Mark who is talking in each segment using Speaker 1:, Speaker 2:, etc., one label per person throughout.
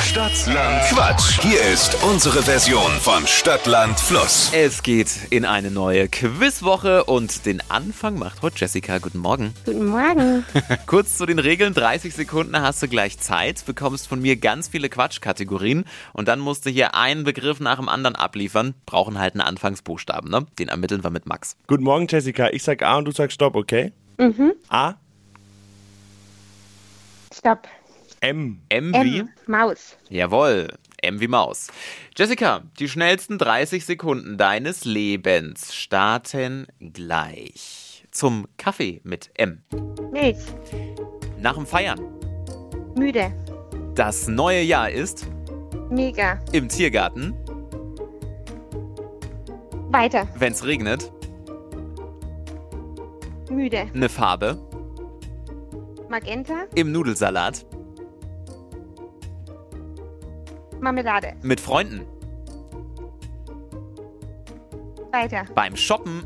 Speaker 1: Stadtland Quatsch. Hier ist unsere Version von Stadtland Fluss.
Speaker 2: Es geht in eine neue Quizwoche und den Anfang macht heute Jessica. Guten Morgen.
Speaker 3: Guten Morgen.
Speaker 2: Kurz zu den Regeln. 30 Sekunden hast du gleich Zeit, bekommst von mir ganz viele Quatschkategorien und dann musst du hier einen Begriff nach dem anderen abliefern. Brauchen halt einen Anfangsbuchstaben, ne? Den ermitteln wir mit Max.
Speaker 4: Guten Morgen, Jessica. Ich sag A und du sagst Stopp, okay? A,
Speaker 3: Stopp.
Speaker 4: M.
Speaker 2: M
Speaker 3: M.
Speaker 2: wie?
Speaker 3: Maus.
Speaker 2: Jawohl. M wie Maus. Jessica, die schnellsten 30 Sekunden deines Lebens starten gleich. Zum Kaffee mit M.
Speaker 3: Milch.
Speaker 2: Nach dem Feiern.
Speaker 3: Müde.
Speaker 2: Das neue Jahr ist
Speaker 3: Mega.
Speaker 2: im Tiergarten,
Speaker 3: Weiter.
Speaker 2: wenn's regnet,
Speaker 3: Müde.
Speaker 2: eine Farbe,
Speaker 3: Magenta.
Speaker 2: im Nudelsalat,
Speaker 3: Marmelade.
Speaker 2: mit Freunden,
Speaker 3: Weiter.
Speaker 2: beim Shoppen,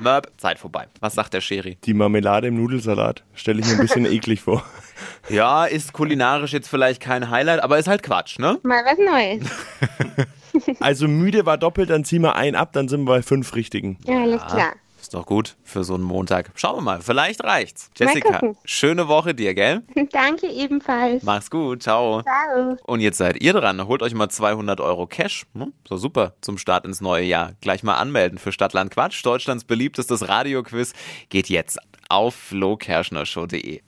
Speaker 2: Möb, Zeit vorbei. Was sagt der Scheri?
Speaker 4: Die Marmelade im Nudelsalat. Stelle ich mir ein bisschen eklig vor.
Speaker 2: Ja, ist kulinarisch jetzt vielleicht kein Highlight, aber ist halt Quatsch, ne?
Speaker 3: Mal was Neues.
Speaker 4: Also müde war doppelt, dann ziehen wir einen ab, dann sind wir bei fünf richtigen.
Speaker 3: Ja, alles klar.
Speaker 2: Ist doch gut für so einen Montag. Schauen wir mal, vielleicht reicht's.
Speaker 3: Mal
Speaker 2: Jessica,
Speaker 3: gucken.
Speaker 2: schöne Woche dir, gell?
Speaker 3: Danke ebenfalls.
Speaker 2: Mach's gut, ciao.
Speaker 3: Ciao.
Speaker 2: Und jetzt seid ihr dran. Holt euch mal 200 Euro Cash. Hm? So super zum Start ins neue Jahr. Gleich mal anmelden für Stadtland Quatsch. Deutschlands beliebtestes Radioquiz geht jetzt auf flokerschnershow.de.